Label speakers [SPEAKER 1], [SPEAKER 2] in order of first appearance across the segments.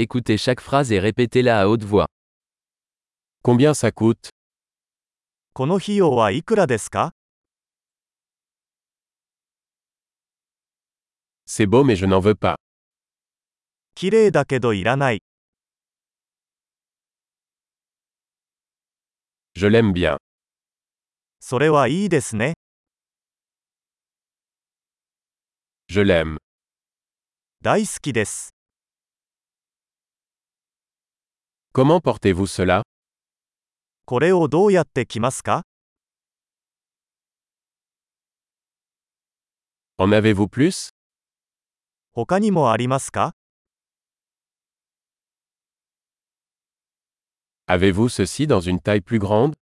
[SPEAKER 1] Écoutez chaque phrase et répétez-la à haute voix.
[SPEAKER 2] Combien ça coûte
[SPEAKER 3] この費用はいくらですか
[SPEAKER 2] C'est beau mais je n'en veux pas.
[SPEAKER 3] 綺麗だけどいらない。
[SPEAKER 2] Je l'aime bien.
[SPEAKER 3] それはいいですね。
[SPEAKER 2] Je l'aime.
[SPEAKER 3] 大好きです。
[SPEAKER 2] Comment portez-vous cela
[SPEAKER 3] これをどうやって着ますか
[SPEAKER 2] En avez-vous plus
[SPEAKER 3] 他にもありますか
[SPEAKER 2] Avez-vous ceci dans une taille plus grande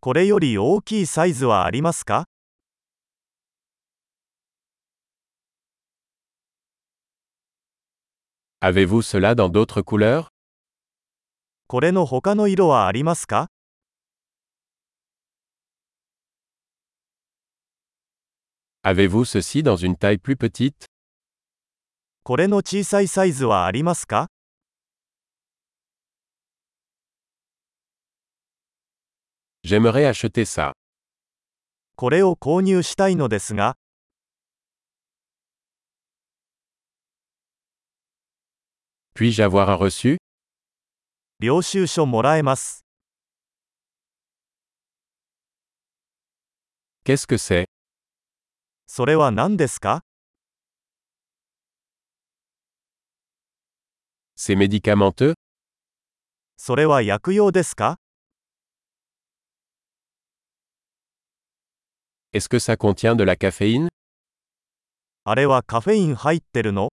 [SPEAKER 3] これより大きいサイズはありますか
[SPEAKER 2] Avez-vous cela dans d'autres couleurs
[SPEAKER 3] これの他の色はありますか
[SPEAKER 2] Avez-vous ceci dans une taille plus petite
[SPEAKER 3] これの小さいサイズはありますか
[SPEAKER 2] J'aimerais acheter ça.
[SPEAKER 3] これを購入したいのですが、
[SPEAKER 2] Puis-je avoir un reçu
[SPEAKER 3] 領収書もらえます。
[SPEAKER 2] Qu'est-ce que c'est
[SPEAKER 3] それは何ですか
[SPEAKER 2] C'est médicamenteux
[SPEAKER 3] それは薬用ですか
[SPEAKER 2] Est-ce que ça contient de la caféine
[SPEAKER 3] あれはカフェイン入ってるの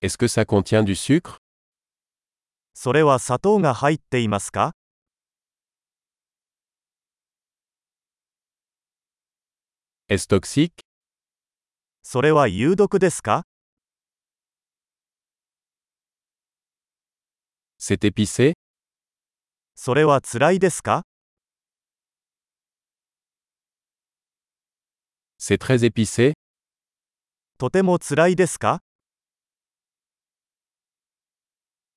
[SPEAKER 2] Est-ce que ça contient du sucre
[SPEAKER 3] それは砂糖が入っていますか
[SPEAKER 2] Est-ce toxique
[SPEAKER 3] それは有毒ですか
[SPEAKER 2] C'est épicé
[SPEAKER 3] それは辛いですか
[SPEAKER 2] C'est très épicé
[SPEAKER 3] とても辛いですか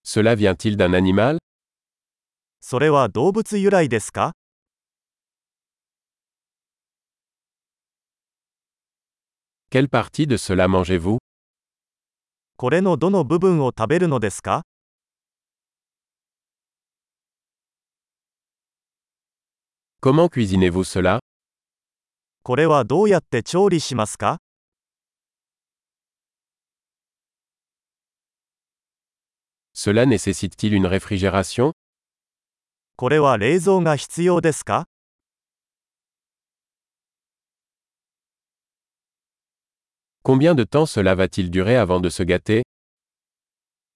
[SPEAKER 2] Cela vient-il d'un animal
[SPEAKER 3] それは動物由来ですか
[SPEAKER 2] Quelle partie de cela mangez-vous
[SPEAKER 3] これのどの部分を食べるのですか
[SPEAKER 2] Comment cuisinez-vous cela
[SPEAKER 3] これはどうやって調理しますか
[SPEAKER 2] Cela nécessite-t-il une réfrigération
[SPEAKER 3] これは冷蔵が必要ですか
[SPEAKER 2] Combien de temps cela va-t-il durer avant de se gâter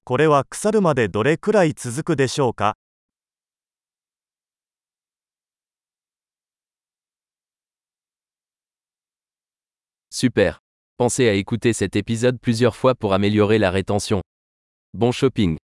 [SPEAKER 3] これは腐るまでどれくらい続くでしょうか
[SPEAKER 1] Super. Pensez à écouter cet épisode plusieurs fois pour améliorer la rétention. Bon shopping.